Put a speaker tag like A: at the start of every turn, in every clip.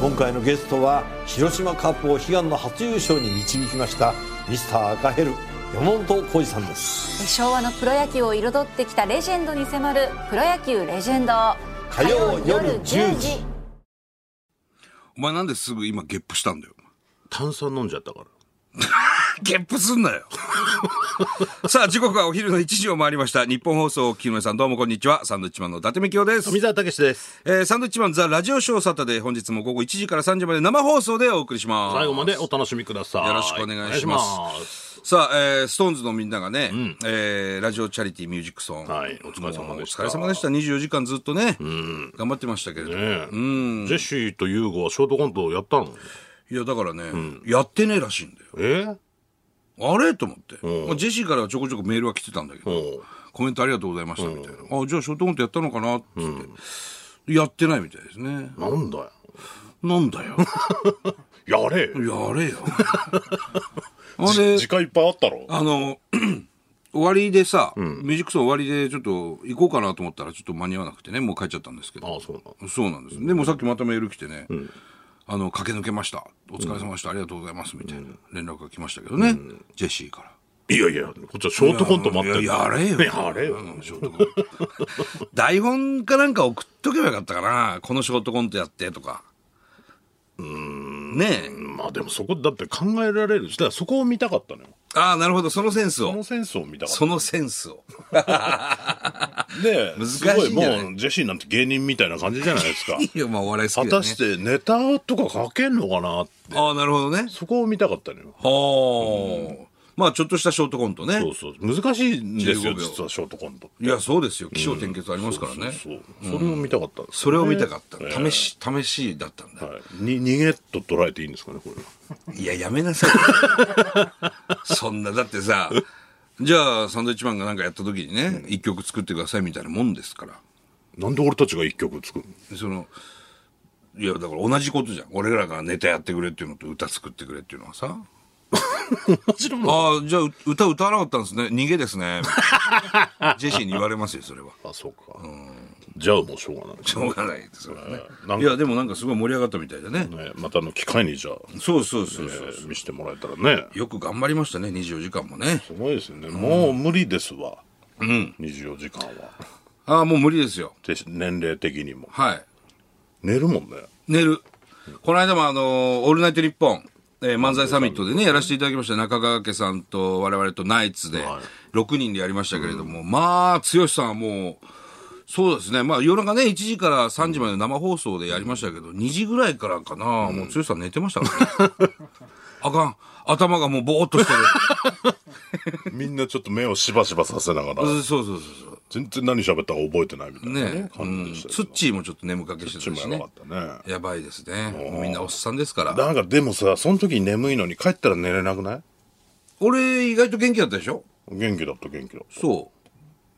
A: 今回のゲストは広島カップを悲願の初優勝に導きましたミスター赤ヘル山本浩二さんです
B: 昭和のプロ野球を彩ってきたレジェンドに迫る「プロ野球レジェンド」
A: 火曜夜10時
C: お前なんですぐ今ゲップしたんだよ。
D: 炭酸飲んじゃったから。
C: ゲップすんなよ。 さあ、時刻はお昼の1時を回りました。日本放送、木村さんどうもこんにちは。サンドウィッチマンの伊達美京です。
D: 富澤たけしです。
C: えーサンドウィッチマンザ・ラジオショーサタデー、本日も午後1時から3時まで生放送でお送りします。
D: 最後までお楽しみください。
C: よろしくお願いします
D: お願いします。
C: さあ、えー、ストーンズのみんながね、えーラジオチャリティーミュージックソン、
D: はいお疲れ様でした
C: お疲れ様でした。24時間ずっとね、頑張ってましたけれど。
D: ねえジェシーとユーゴはショートコントをやったの
C: いや、だからね、やってねえらしいんだよ。
D: え
C: あれと思って、まあジェシーからはちょこちょこメールは来てたんだけど、
D: おう
C: コメントありがとうございましたみたいな。あ、じゃあショートコントやったのかなっつって、やってないみたいですね。
D: なんだよ。
C: なんだよ。
D: やれ
C: やれよ。あれ、
D: 時間いっぱいあったろ
C: あの、 終わりでさ、ミュージックソン終わりでちょっと行こうかなと思ったらちょっと間に合わなくてね、もう帰っちゃったんですけど。
D: ああ、そうなん
C: そうなんです。でもさっきまたメール来てね、あの、駆け抜けました。お疲れ様でした。ありがとうございます。みたいな連絡が来ましたけどね、ジェシーから。
D: いやいや、こっちはショートコント待って
C: い
D: る
C: ややれよ。
D: やれよ。
C: うんショートコント 台本かなんか送っとけばよかったかな。このショートコントやってとか。うん。ねえ。
D: まあでもそこだって考えられるし、だからそこを見たかったのよ。
C: ああ、なるほど。そのセンス
D: そ
C: を
D: の。センスを見たかっ
C: そのセンスを。
D: た。で、
C: 難しいん
D: す
C: じゃない
D: ごいもうジェシーなんて芸人みたいな感じじゃないです か。
C: いや、まあお笑い好
D: 果
C: きだよ
D: た
C: ね
D: し。てネタとか書けんのかなって、
C: ああ、なるほどね。
D: そこを見たかったのよ。
C: はあ、まあちょっとしたショートコントね。
D: そうそう。難しいんですよ、
C: 15秒
D: 実はショートコントって。
C: いや、そうですよ。気象転結ありますからね。
D: そうそれを見たかったんですね
C: それを見たかった。
D: え
C: 試し、試しだったんだ。
D: はい、に逃げと捉えていいんですかねこれ
C: いや、やめなさい。 そんな、だってさ、じゃあ、サンドイッチマンがなんかやった時にね、一曲作ってくださいみたいなもんですから。
D: なんで俺たちが一曲作る
C: その、いや、だから同じことじゃん。俺らがネタやってくれっていうのと歌作ってくれっていうのはさ。
D: の
C: ああ、じゃあう歌歌わなかったんですね。逃げですね。 ジェシーに言われますよ、それは。
D: あそうかじゃあもうしょうがない
C: しょうがないですからね。
D: なん
C: い
D: か
C: や、でもなんかすごい盛り上がったみたいだね。
D: ねまたあの機会にじゃあ、
C: そうそうそう
D: え
C: そう。
D: ー見せてもらえたらね
C: よく頑張りましたね、24時間もね。
D: すごいですよねもう無理ですわ、うん、24時間は
C: ああ、もう無理ですよ。
D: で年齢的にも
C: はい。
D: 寝るもんね
C: 寝る。この間もあのーオールナイトニッポン、えー漫才サミットでね、やらせていただきました。中川家さんと我々とナイツで、6人でやりましたけれども、まあ、剛さんはもう、そうですね。まあ、夜中ね、1時から3時まで生放送でやりましたけど、2時ぐらいからかな、もう剛さん寝てましたからね。 あかん。頭がもうぼーっとしてる。
D: みんなちょっと目をしばしばさせながら
C: そうそうそうそ。
D: 全然何喋ったか覚えてないみたいうな、ね
C: ね。う
D: 感じ
C: ん
D: でした。
C: ツッチーもちょっと眠かけして
D: ち
C: た
D: も
C: し
D: や
C: ね
D: ば。かったね
C: やばいですね。みんなおっさんですから。
D: なんかでもさその時に眠いのに帰ったら寝れなくない
C: 俺、意外と元気だったでしょ
D: 元気だった元気だった
C: そう。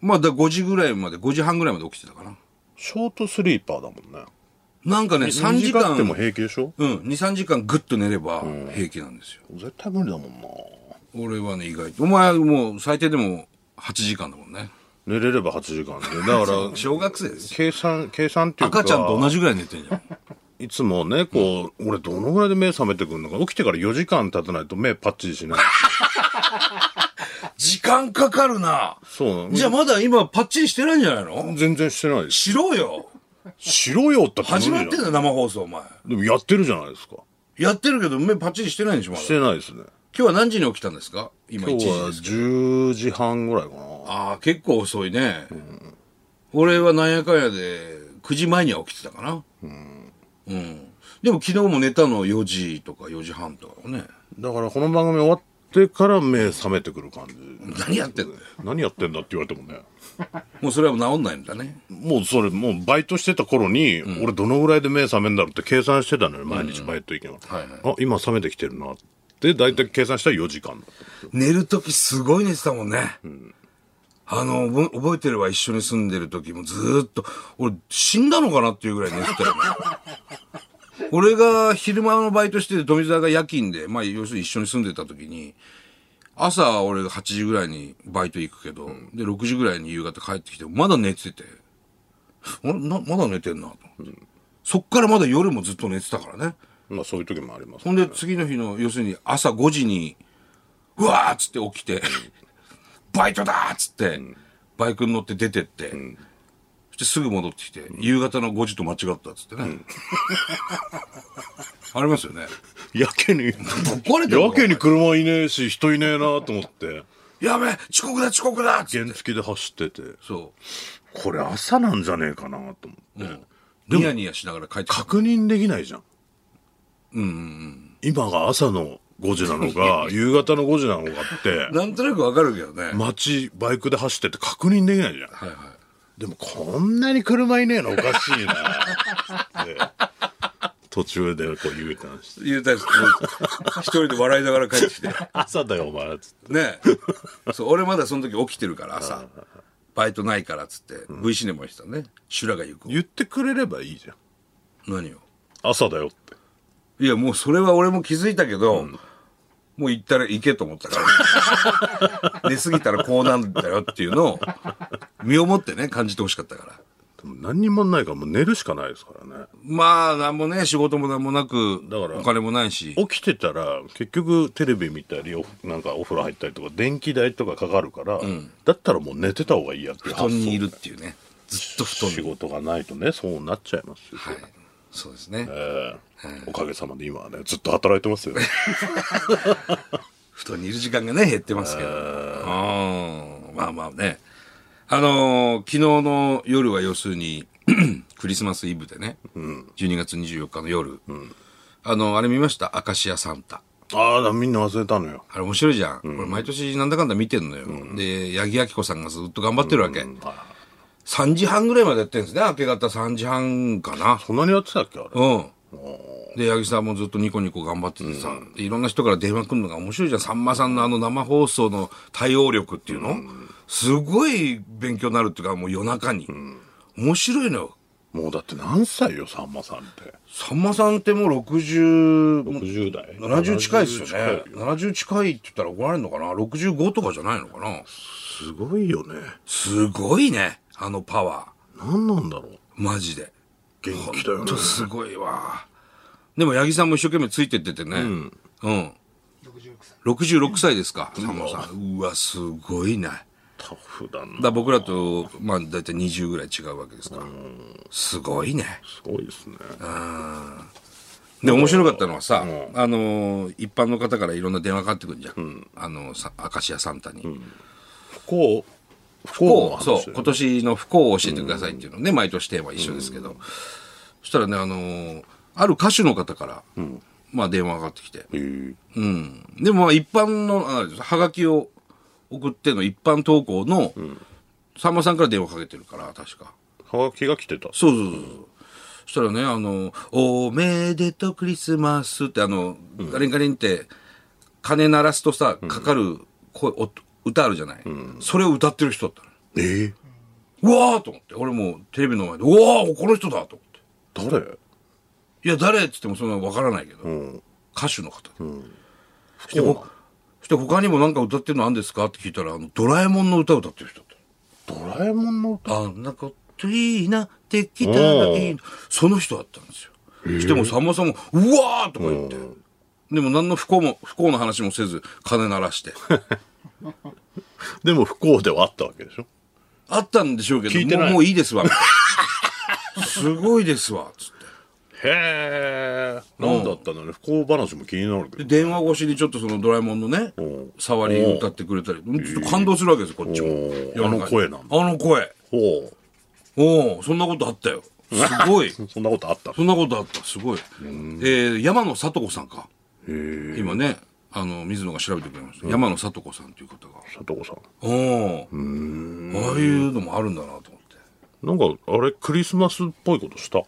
C: まあ、だ5時ぐらいまで、5時半ぐらいまで起きてたかな。
D: ショートスリーパーだもんね
C: なんかね、3時間、
D: でも平気でしょ
C: うん、2、3時間ぐっと寝れば平気なんですよ。
D: 絶対無理だもんな
C: 俺はね、意外と。お前もう最低でも8時間だもんね。
D: 寝れれば8時間 でだから
C: 小学生ですよ。
D: 計算計算っていうか
C: 赤ちゃんと同じぐらい寝てんじゃん。
D: いつもねこう、俺どのぐらいで目覚めてくるのか起きてから4時間経たないと目パッチリしない
C: 時間かかるな。
D: そうなの
C: じゃあまだ今パッチリしてないんじゃないの
D: 全然してないです
C: しろよ。
D: しろよって
C: 始まってん
D: る
C: だよ、生放送、お前。
D: でもやってるじゃないですか
C: やってるけど目パッチリしてないんでしょ、まだ
D: し
C: 今
D: てないですね
C: 日は何時に起きたんですか今1
D: 今
C: 時
D: 日は
C: ですけど
D: 10時半ぐらいかな
C: ああ、結構遅いね。俺はなんやかんやで、9時前には起きてたかな。うん。でも昨日も寝たの4時とか4時半とかね。
D: だからこの番組終わってから目覚めてくる感じ
C: 何やってんのよ。
D: 何やってんだって言われてもね
C: もうそれは治んないんだね。
D: もうそれ、もうバイトしてた頃に、俺どのぐらいで目覚めんだろうって計算してたのよ、毎日バイト行きながら。
C: はいはい
D: あ、今覚めてきてるなって、大体計算したら4時間だった。
C: 寝るときすごい寝てたもんね。あの、おぼ覚えてれば一緒に住んでる時もずーっと、俺死んだのかなっていうぐらい寝てた よね。俺が昼間のバイトしてて富澤が夜勤で、まあ要するに一緒に住んでた時に、朝俺が8時ぐらいにバイト行くけど、で6時ぐらいに夕方帰ってきて、まだ寝てて、あれなまだ寝てんなと思って、そっからまだ夜もずっと寝てたからね。
D: まあそういう時もあります
C: ほんで次の日の、要するに朝5時に、うわーっつって起きて、バイトだーっつって、バイクに乗って出てって、そしてすぐ戻ってきて、夕方の5時と間違ったっつってね。 ありますよね。
D: やけ に、や
C: 壊れてるのか
D: けに車いねえし、人いねえなと思って、
C: やべえ遅刻だ遅刻だっつって。
D: 原付で走ってて、
C: そう。
D: これ朝なんじゃねえかなと思って、
C: ニヤニヤしながら帰ってきた。
D: 確認できないじゃん。今が朝の5時な のか、夕方の5時なのかって、
C: なんとなくわかるけどね。
D: 街、バイクで走ってて確認できないじゃん。
C: はいはい。
D: でもこんなに車いねえのおかしいな って、途中でこう言うてました。
C: 言うたやつ、一人で笑いながら帰ってきて。
D: 朝だよお前、つって。
C: ねそう俺まだその時起きてるから朝バイトないからっつって、V シネマにしたね修羅が行く
D: 言ってくれればいいじゃん。
C: 何を
D: 朝だよって。
C: いやもうそれは俺も気づいたけど、もう行ったら行けと思ったから 寝すぎたらこうなんだよっていうのを身をもってね感じてほしかったから
D: でも何にもないからもう寝るしかないですからね。
C: まあなんもね仕事もなんもなく
D: だから
C: お金もないし
D: 起きてたら結局テレビ見たりおなんかお風呂入ったりとか電気代とかかかるから、だったらもう寝てた方がいいやっていう
C: 布団にい
D: 発
C: るっていうねずっと布
D: 想
C: 団
D: 仕
C: に
D: 事がないとねそうなっちゃいますよ、
C: はいそうですね、
D: ええおかげさまで今はね ずっと働いてますよ
C: 布団にいる時間がね、減ってますけど。うんまあまあね。あのー昨日の夜は要するに、 クリスマスイブでね、12月24日の夜、あの、あれ見ましたアカシアサンタ。
D: ああみんな忘れたのよ
C: あれ面白いじゃん。これ毎年なんだかんだ見てんのよ。で、八木明子さんがずっと頑張ってるわけ。3時半ぐらいまでやってるんですね。明け方3時半かな。
D: そんなにやってたっけあれ
C: うん。で、八木さんもずっとニコニコ頑張っててさ、でいろんな人から電話来るのが面白いじゃん。さんまさんのあの生放送の対応力っていうの、すごい勉強になるっていうか、もう夜中に。面白いのよ。
D: もうだって何歳よさんまさんって
C: さんまさんってもう60、もう
D: 60代
C: 70近いですよね
D: 70。近い
C: 70近いって言ったら怒られるのかな ?65 とかじゃないのかな
D: すごいよね
C: すごいね。あのパワ
D: 何なんだろう
C: ー。マジで。
D: 元気だよ
C: ほ
D: ね
C: んとすごいわ。でも、八木さんも一生懸命ついてっててね。うん。うん。66歳ですか、さんまさん。うわ、すごいね。だか
D: タフだな
C: ら僕らと、まあ、だいたい20ぐらい違うわけですから。すごいね。
D: すごいですね
C: で、面白かったのはさ、あのー、一般の方からいろんな電話かかってくるじゃん。あの、さ明石家サンタに。
D: 不幸不
C: 不
D: 幸の
C: 幸
D: 話
C: そ
D: だよ
C: う、今年の不幸を教えてくださいっていうのね、毎年テーマ一緒ですけど。そしたらね、あのーある歌手の方から、まあ電話がかかってきて。
D: へえ
C: うん。でもまあ一般の、あはがきを送っての一般投稿の、さんまさんから電話かけてるから、確か。
D: はがきが来てた
C: そうそうそうそう。そしたらね、あの、おめでとうクリスマスって、あの、ガリンガリンって、鐘鳴らすとさ、かかる声、お歌あるじゃない、それを歌ってる人だったの。
D: ええ
C: うわーと思って、俺もうテレビの前で、うわーこの人だと思って。
D: 誰
C: いや、誰って言ってもそんなわからないけど、
D: うん
C: 歌手の方で。そしてほそして他にもなんか歌ってるのあんですかって聞いたら、あの、ドラえもんの歌を歌ってる人だった。
D: ドラえもんの歌
C: あんなこといいなってきたらいいのその人だったんですよ。そしてもうさんまさんも、うわーとか言って。でも何の不幸も、不幸の話もせず、鐘鳴ら して。
D: でも不幸ではあったわけでしょ
C: あったんでしょうけ
D: 聞いて
C: ど、も
D: な
C: う
D: い
C: もういい ですわ。みたいなすごいですわ、つって。
D: へえ何だったんだね不幸話も気になるけ
C: で
D: ど
C: 電話越しにちょっとそのドラえもんのね
D: ん、
C: 触り歌ってくれたり、ちょっと感動するわけです、こっちも
D: おー。
C: 夜中に
D: あの声なん
C: あの声。
D: ほ
C: おおそんなことあったよ。す ごい。
D: うそんなことあった
C: そんなことあった、すごい。えー、山野さと子さんか。
D: え
C: 今ね、あの、水野が調べてくれました。山野さと子さんという方が。
D: 佐藤さん
C: おおああいうのもあるんだなと思って。
D: なんかあれクリスマスっぽいことした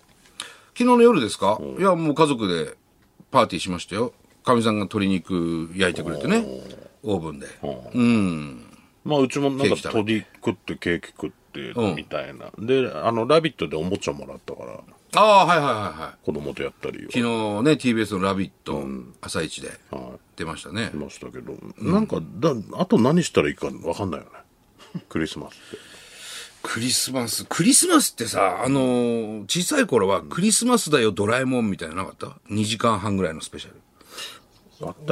C: 昨日の夜ですかいや、もう家族でパーティーしましたよ。かみさんが鶏肉焼いてくれてね。オーブンで。
D: まあうちもなん
C: ケー
D: か
C: キ食べ
D: 鳥食ってケーキ食って
C: うん
D: みたいなであの「ラビット!」でおもちゃもらったから
C: ああ、はいはいはいはい。
D: 子供とやったり
C: 昨日ね TBS の「ラビット!」朝一で
D: は
C: 出ましたね、
D: いましたけどなんかだあと何したらいいかわかんないよねクリスマスって
C: クリスマス。クリスマスってさ、あのー小さい頃はクリスマスだよドラえもんみたいなのなかった ?2 時間半ぐらいのスペシャル。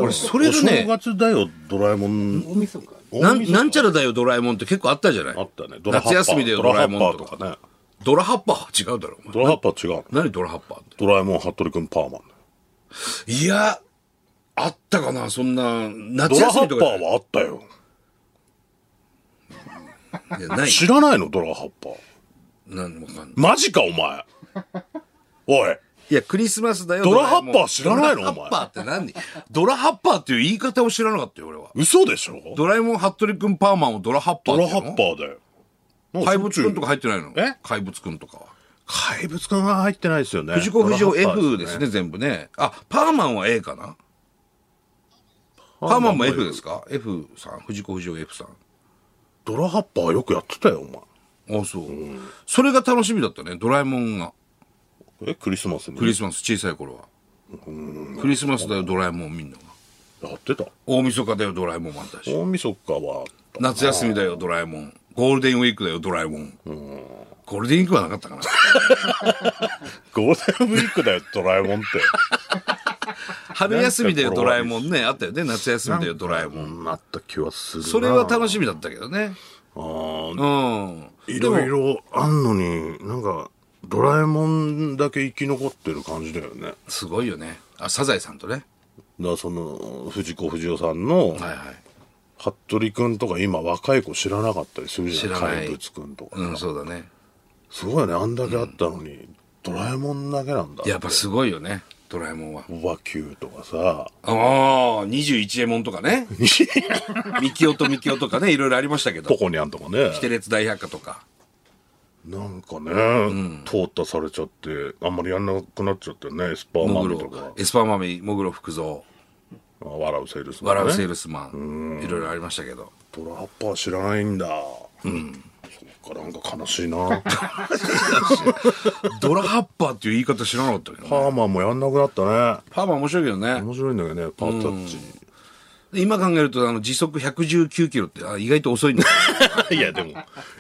C: 俺それがね
D: お正月だよ、ドラえもん。大晦日
C: なんなんちゃらだよドラえもんって結構あったじゃない
D: あったね。ドラハッ
C: 夏
D: パ
C: 休
D: ー
C: みだよドラえもんとか。
D: ドラハッパーとかね。
C: ドラハッパーは違うだろ、お前
D: ドラハッパー違うの。
C: 何ドラハッパーって。
D: ドラえもん、服部くん、パーマン。
C: いや、あったかな、そんな、夏
D: ドラ
C: 休
D: ハ
C: み
D: ッ
C: と
D: パ
C: か
D: ーはあったよ。
C: いや、ない。
D: 知らないの、ドラハッパー。
C: なんわかんない。
D: マジか、お前。おい。
C: いや、クリスマスだよ。
D: ドラ
C: えもん
D: ハッパー知らないのお前
C: ドラハッパーって何ドラハッパーっていう言い方を知らなかったよ、俺は。
D: 嘘でしょ
C: ドラえもん、服部くん、パーマンをドラハッパー
D: ド
C: って
D: ラ
C: 言
D: ハ
C: うの
D: ッパーだよ。
C: 怪物くんとか入ってないの
D: え
C: 怪物くんとかは。
D: 怪物くんは入ってないですよね。
C: 藤子不二雄
D: ドラハッパー
C: F ですね、全部ね。あ、パーマンは A かなパーマンも F ですか ?F さん、藤子不二雄 F さん。
D: ドラハッパーよくやってたよ、お
C: あ、そう。それが楽しみだったね、ドラえもんが。
D: 前。え、クリスマスに。
C: クリスマス、小さい頃は。クリスマスだよ、ドラえもんみんなが。
D: やってた。
C: 大晦日だよ、ドラえもんもあったし。
D: 大晦日は、
C: 夏休みだよ、ドラえもん。ゴールデンウィークだよ、ドラえもん。ゴールデンウィークはなかったかな。
D: ゴールデンウィークだよ、ドラえもんって。
C: 春休みだよ、ドラえもんね。あったよね、夏休みだよ、ドラえもん。
D: ん。なった気はするな
C: それは楽しみだったけどね。
D: あ
C: う
D: ー
C: ん。
D: いろいろあんのに、なんか、ドラえもんだけ生き残ってる感じだよね。だか
C: すごいよね。あ、サザエさんとね。
D: らその、藤子不二雄さんの、
C: はいはい。
D: 服部くんとか今若い子知らなかったりするじゃない
C: 知らない
D: 怪物くんとか。
C: うん、そうだね。
D: すごいね、あんだけあったのに、ドラえもんだけなんだ。
C: やっぱすごいよね、ドラえもんは。
D: オバキューとかさ、
C: ああ、21エモンとかね。 ミキオとミキオとかね、いろいろありましたけど
D: ポ。コニャンとかね。
C: テレツ大百科とか。
D: なんかね、淘汰されちゃって、あんまりやんなくなっちゃってね、スパー
C: モ
D: マ
C: グ
D: ンと
C: ロ
D: か、、
C: エスパーマミ、モグロ福蔵、
D: あ笑うセールスマン、ね。
C: 笑うセールスマン、いろいろありましたけど。
D: ドラハッパー知らないんだ。そっか、なんか悲しいな。
C: ドラハッパーっていう言い方知らなかったけど、ね。
D: パーマンもやんなくなったね。
C: パーマ面白いけどね。
D: 面白いんだけどね、パータッチ。
C: 今考えると、あの、時速119キロって、あ意外と遅いん だよ。
D: いや、でも、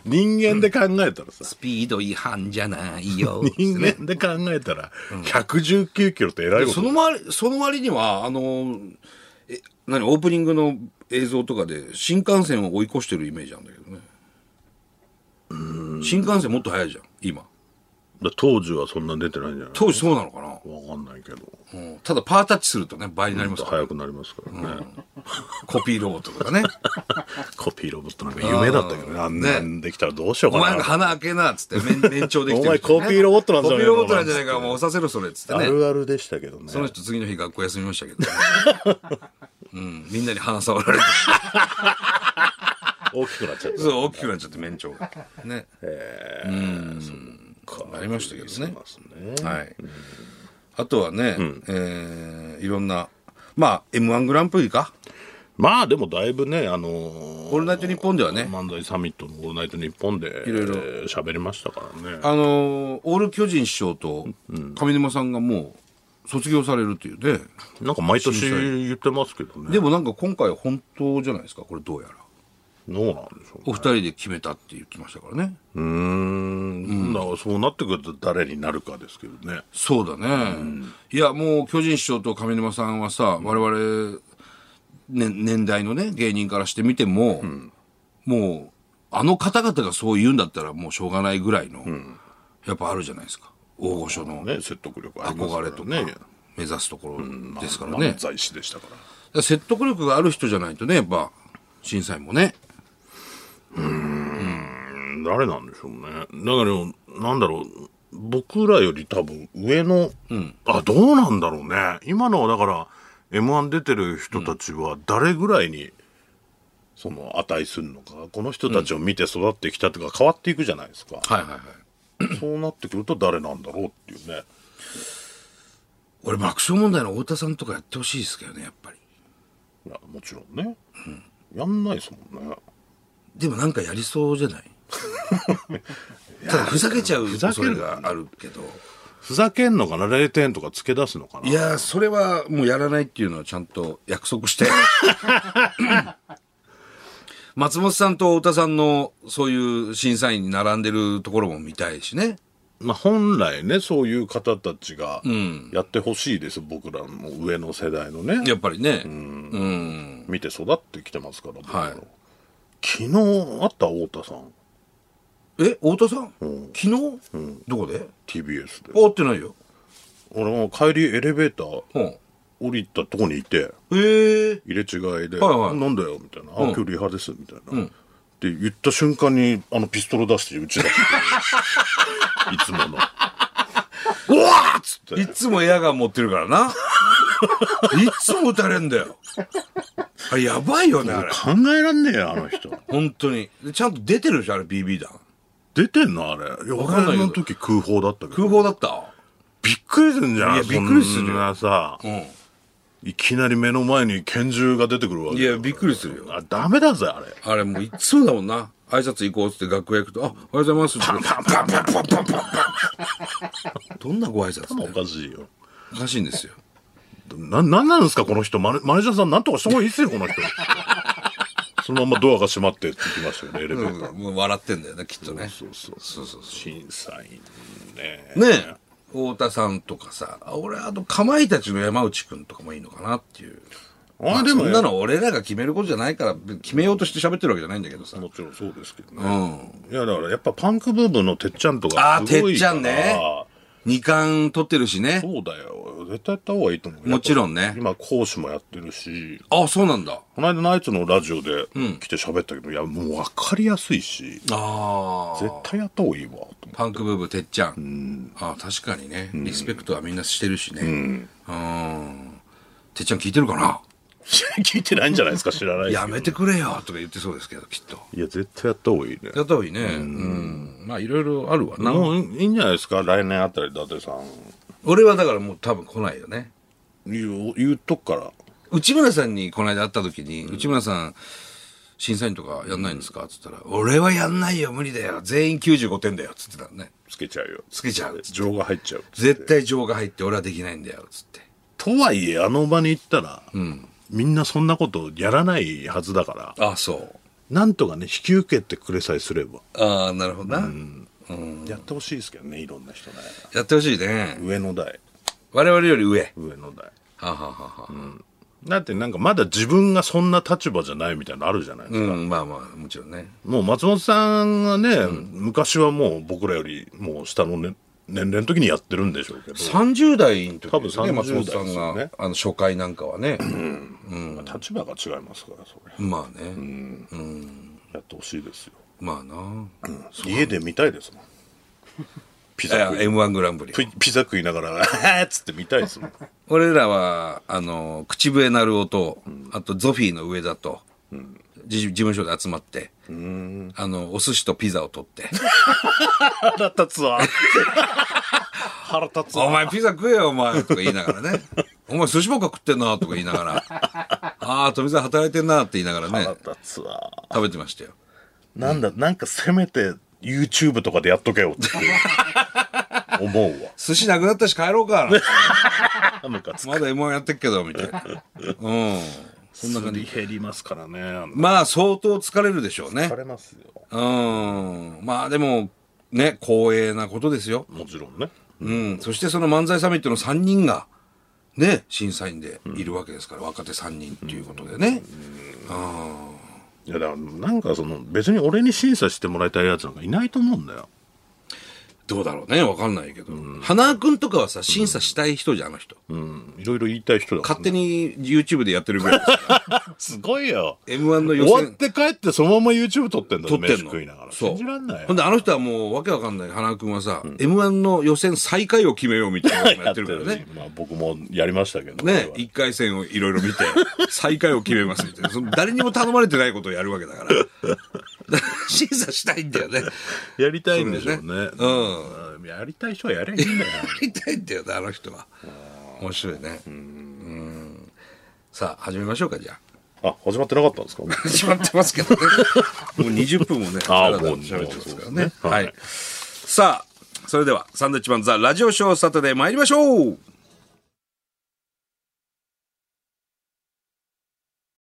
D: 人間で考えたらさ、
C: スピード違反じゃないよ。
D: 人間で考えたら、119キロって偉い
C: で
D: こ
C: そ
D: と。
C: の割り、その割には、あの、え、何、オープニングの映像とかで、新幹線を追い越してるイメージなんだけどね。新幹線もっと速いじゃん、今。
D: だ当時はそんな出てないんじゃない
C: 当時そうなのかな、
D: わかんないけど。
C: うんただパータッチするとね、倍になりますから、
D: 早くなりますからね。
C: コピーロボットとかね。
D: コピーロボットなんか夢だったけどね。あん
C: ね
D: なんできたらどうしよう
C: お
D: か
C: 前な
D: な。
C: んか鼻開けな、つって、面面長できてる人ね、
D: お前コピーロボットなんじゃない
C: コピ
D: の
C: ーロボットなんじゃないか、もう押させろ、それ、つって
D: あ
C: ね。
D: るあるでしたけどね。
C: その人、次の日学校休みましたけど、ね。 うん、みんなに鼻触られて、
D: 大きくなっちゃった。
C: そう、大きくなっちゃって、面長が。ね。
D: う
C: ありましたけどね
D: ますね。
C: はい。あとはね、えーいろんな、まあ、M1 グランプリか。
D: まあでもだいぶね、あのー、
C: オールナイトニッポンではね
D: 漫才サミットのオールナイトニッポンで、
C: いろいろ
D: えー喋りましたからね。
C: あのーオール巨人師匠と上沼さんがもう卒業されるっていうね。
D: なんか毎年
C: 審査
D: 言ってますけどね。
C: でもなんか今回は本当じゃないですか、これどうやら。
D: どうなんでしょう
C: お
D: ね。
C: 二人で決めたって言ってましたからね。
D: うーん。だからそうなってくると誰になるかですけどね。
C: そうだね。いや、もう巨人師匠と上沼さんはさ、我々、ね、年代のね、芸人からしてみても、もう、あの方々がそう言うんだったらもうしょうがないぐらいの、やっぱあるじゃないですか。大御所の
D: ね、説得力ありますか
C: 憧
D: ら
C: れとか、
D: ね。
C: 目指すところですからね。
D: 漫才師でしたから。
C: だから説得力がある人じゃないとね、やっぱ、審査員もね。
D: 誰なんでしょうねだからよなんだろう僕らより多分上の、あどうなんだろうね今のはだから m 1出てる人たちは誰ぐらいに、その値するのかこの人たちを見て育ってきたとか変わっていくじゃないですか、
C: はいはいはい。
D: そうなってくると誰なんだろうっていうね
C: 俺、爆笑問題の太田さんとかやってほしいですけどね、やっぱり。
D: いやもちろんね、やんないですもんね
C: でもなんかやりそうじゃ ないただふざけちゃう
D: ざ
C: 恐
D: ける
C: れがあるけど。
D: ふざけんのかな0点とかつけ出すのかない
C: やー、それはもうやらないっていうのはちゃんと約束して。 松本さんと太田さんのそういう審査員に並んでるところも見たいしね。
D: まあ、本来ねそういう方たちがやってほしいです、僕らの上の世代のね
C: やっぱりね。
D: 見て育ってきてますから僕ら
C: はい
D: 昨日あった太田さん
C: え、太田さん、
D: ん
C: 昨日、どこで
D: TBS で
C: 会ってないよ。
D: 俺も帰りエレベーター
C: うん。え
D: 降りたとこにいて
C: えー。
D: 入れ違いで「
C: はいはい
D: なんだよ」みたいな「あ
C: うん
D: 今日リハです」みたいな、って言った瞬間にあのピストル出して撃ち出し ていつもの「うわーっつって
C: いつもエアガン持ってるからな。 いつも撃たれんだよ。あれやばいよね、あれ。
D: 考えらんねえよあの人
C: 本当に。でちゃんと出てるでしょ、あれ BB 弾。
D: 出てんのあれいや
C: わかんないけど
D: 俺の時空砲だったけど
C: 空砲だった
D: びっくりするんじゃない
C: いやびっくりするよ
D: そんなさ、いきなり目の前に拳銃が出てくるわけ
C: いや、びっくりするよ。
D: あダメだぜあれ
C: あれもういっつもだもんな。挨拶行こうっつって学校行くと、あ、おはようございますって。パンパンパンパンパンパンパンパン。どんなご挨拶だ
D: お
C: よ
D: かしいよ
C: おかしいんですよ。
D: ななんなんですかこの人マネマネージャーさんなんとかした方がいいっすよこの 人そのままドアが閉まって行きましたよねエレベーター、
C: もう笑ってんだよね、きっとね。
D: そうそうそうそう審査員ね
C: ねえ。太田さんとかさ、あ俺、あと、かまいたちの山内くんとかもいいのかなっていう。
D: あ
C: まあ
D: でも
C: そんなの俺らが決めることじゃないから、決めようとして喋ってるわけじゃないんだけどさ。
D: もちろんそうですけど
C: う
D: ね、
C: ん。
D: いやだからやっぱパンクブームのてっちゃんと
C: あ
D: か
C: ー、
D: すご
C: てっ
D: い
C: ち
D: から
C: ゃんね。二冠取ってるしね。
D: そうだよ絶対やった方がいいと思う
C: もちろんね
D: 今講師もやってるし
C: あ、そうなんだ。
D: この間ナイツのラジオで来て喋ったけど、いやもう分かりやすいし
C: ああ。
D: 絶対やった方がいいわと思って
C: パンクブーブーてっちゃん、ああ確かにねリスペクトはみんなしてるしねうんてっちゃん聞いてるかな
D: 聞いてないんじゃないですか知らないです
C: や
D: けど
C: めてくれよとか言ってそうですけどきっと
D: いや絶対やった方がいいね
C: やった方がいいねうん、まあいろいろあるわな、
D: もういいいんじゃないですか来年あたり伊達さん
C: 俺はだからもう多分来ないよね
D: 言う言うとくから
C: 内村さんにこの間会った時に、内村さん審査員とかやんないんですかっつったら「俺はやんないよ無理だよ全員95点だよ」っつってたのね
D: つけちゃうよ
C: つけちゃうっつって
D: 情が入っちゃう
C: 絶対情が入って俺はできないんだよっつって
D: とはいえあの場に行ったら、みんなそんなことやらないはずだから
C: ああそう
D: なんとかね引き受けてくれさえすれば、
C: ああなるほどな、
D: やってほしいですけどねいろんな人ね
C: やってほしいね。
D: 上の代
C: 我々より上。は
D: 上の代
C: あ、はあはあはあ
D: だってなんかまだ自分がそんな立場じゃないみたいなのあるじゃない、
C: うん、まあまあ、もちろんね。
D: もう松本さんがね、昔はもう僕らよりもう下の、ね、年齢の時にやってるんでしょうけど、
C: 30代の時
D: 多分30
C: 松本さ
D: 代で
C: ん
D: すよ
C: が、
D: ね
C: あの初回なんかはね。
D: まあ立場が違いますからそれ
C: まあね、
D: やってほしいですよ、
C: まあな。
D: 家で見たいですもんピ
C: いや
D: ザ食い
C: M1 グランプリ。
D: ピピザ食いながら「あーっつって見たいですもん
C: 俺らは、あの、口笛なるおと、あとゾフィーの上田と、じ事務所で集まって、あの、お寿司とピザを取って、
D: 腹立つわ腹立つ
C: お
D: わ
C: 前ピザ食えよ、お前とか言いながら ね。お前寿司ばっか食ってんな、とか言いながら。 ああ、富澤働いてんな、って言いながらね
D: 腹、立つわ
C: 食べてましたよ。
D: なんだなんかせめて YouTube とかでやっとけよって 思うわ
C: 寿司なくなったし帰ろう か。
D: あムカつく
C: まだ M1 やってっけど、みたいな。うん。そんな感
D: すり
C: じ。
D: 減りますからねあの
C: まあ、相当疲れるでしょうね
D: 疲。れますよ
C: うん。まあ、でも、ね、光栄なことですよ。
D: もちろんね
C: うん。そしてその漫才サミットの3人が、ね、審査員でいるわけですから、若手3人っていうことでね。
D: いやだからなんかその別に俺に審査してもらいたいやつなんかいないと思うんだよ
C: どうだろうね、わかんないけど。花輪くんとかはさ、審査したい人じゃん、あの人。
D: うんいろいろ言いたい人だ
C: 勝手に YouTube でやってるぐらいですから。
D: すごいよ
C: M1 の予
D: 終わっ
C: 選。
D: て帰ってそのまま YouTube 撮ってんだ
C: 撮
D: よ
C: って
D: 飯
C: んの
D: 食いながら
C: そう
D: 信じらんないよ
C: ほんであの人はもうわけわかんない花輪君はさ、m 1の予選最下位を決めようみたいなこ ともやってるからね
D: まあ僕もやりましたけ
C: ね
D: どこれは
C: 一回戦をいろい ろ見て最下位を決めますみたいなその誰にも頼まれてないことをやるわけだから だから審査したいんだよねや
D: やりたいんでしょうね
C: それでね
D: うんやりたい人はやればいいんだよ
C: りたいんだよねあの人は面白いねうんさあ始めましょうかじゃあ
D: あ始まってなかったんですか
C: 始まってますけどね もう20分もね
D: あ
C: だ
D: ー
C: らだら
D: もう
C: 喋ってますから
D: もうそうで
C: ね
D: すね
C: はい、さあそれではサンドウィッチマンザラジオショーサタデー参りましょう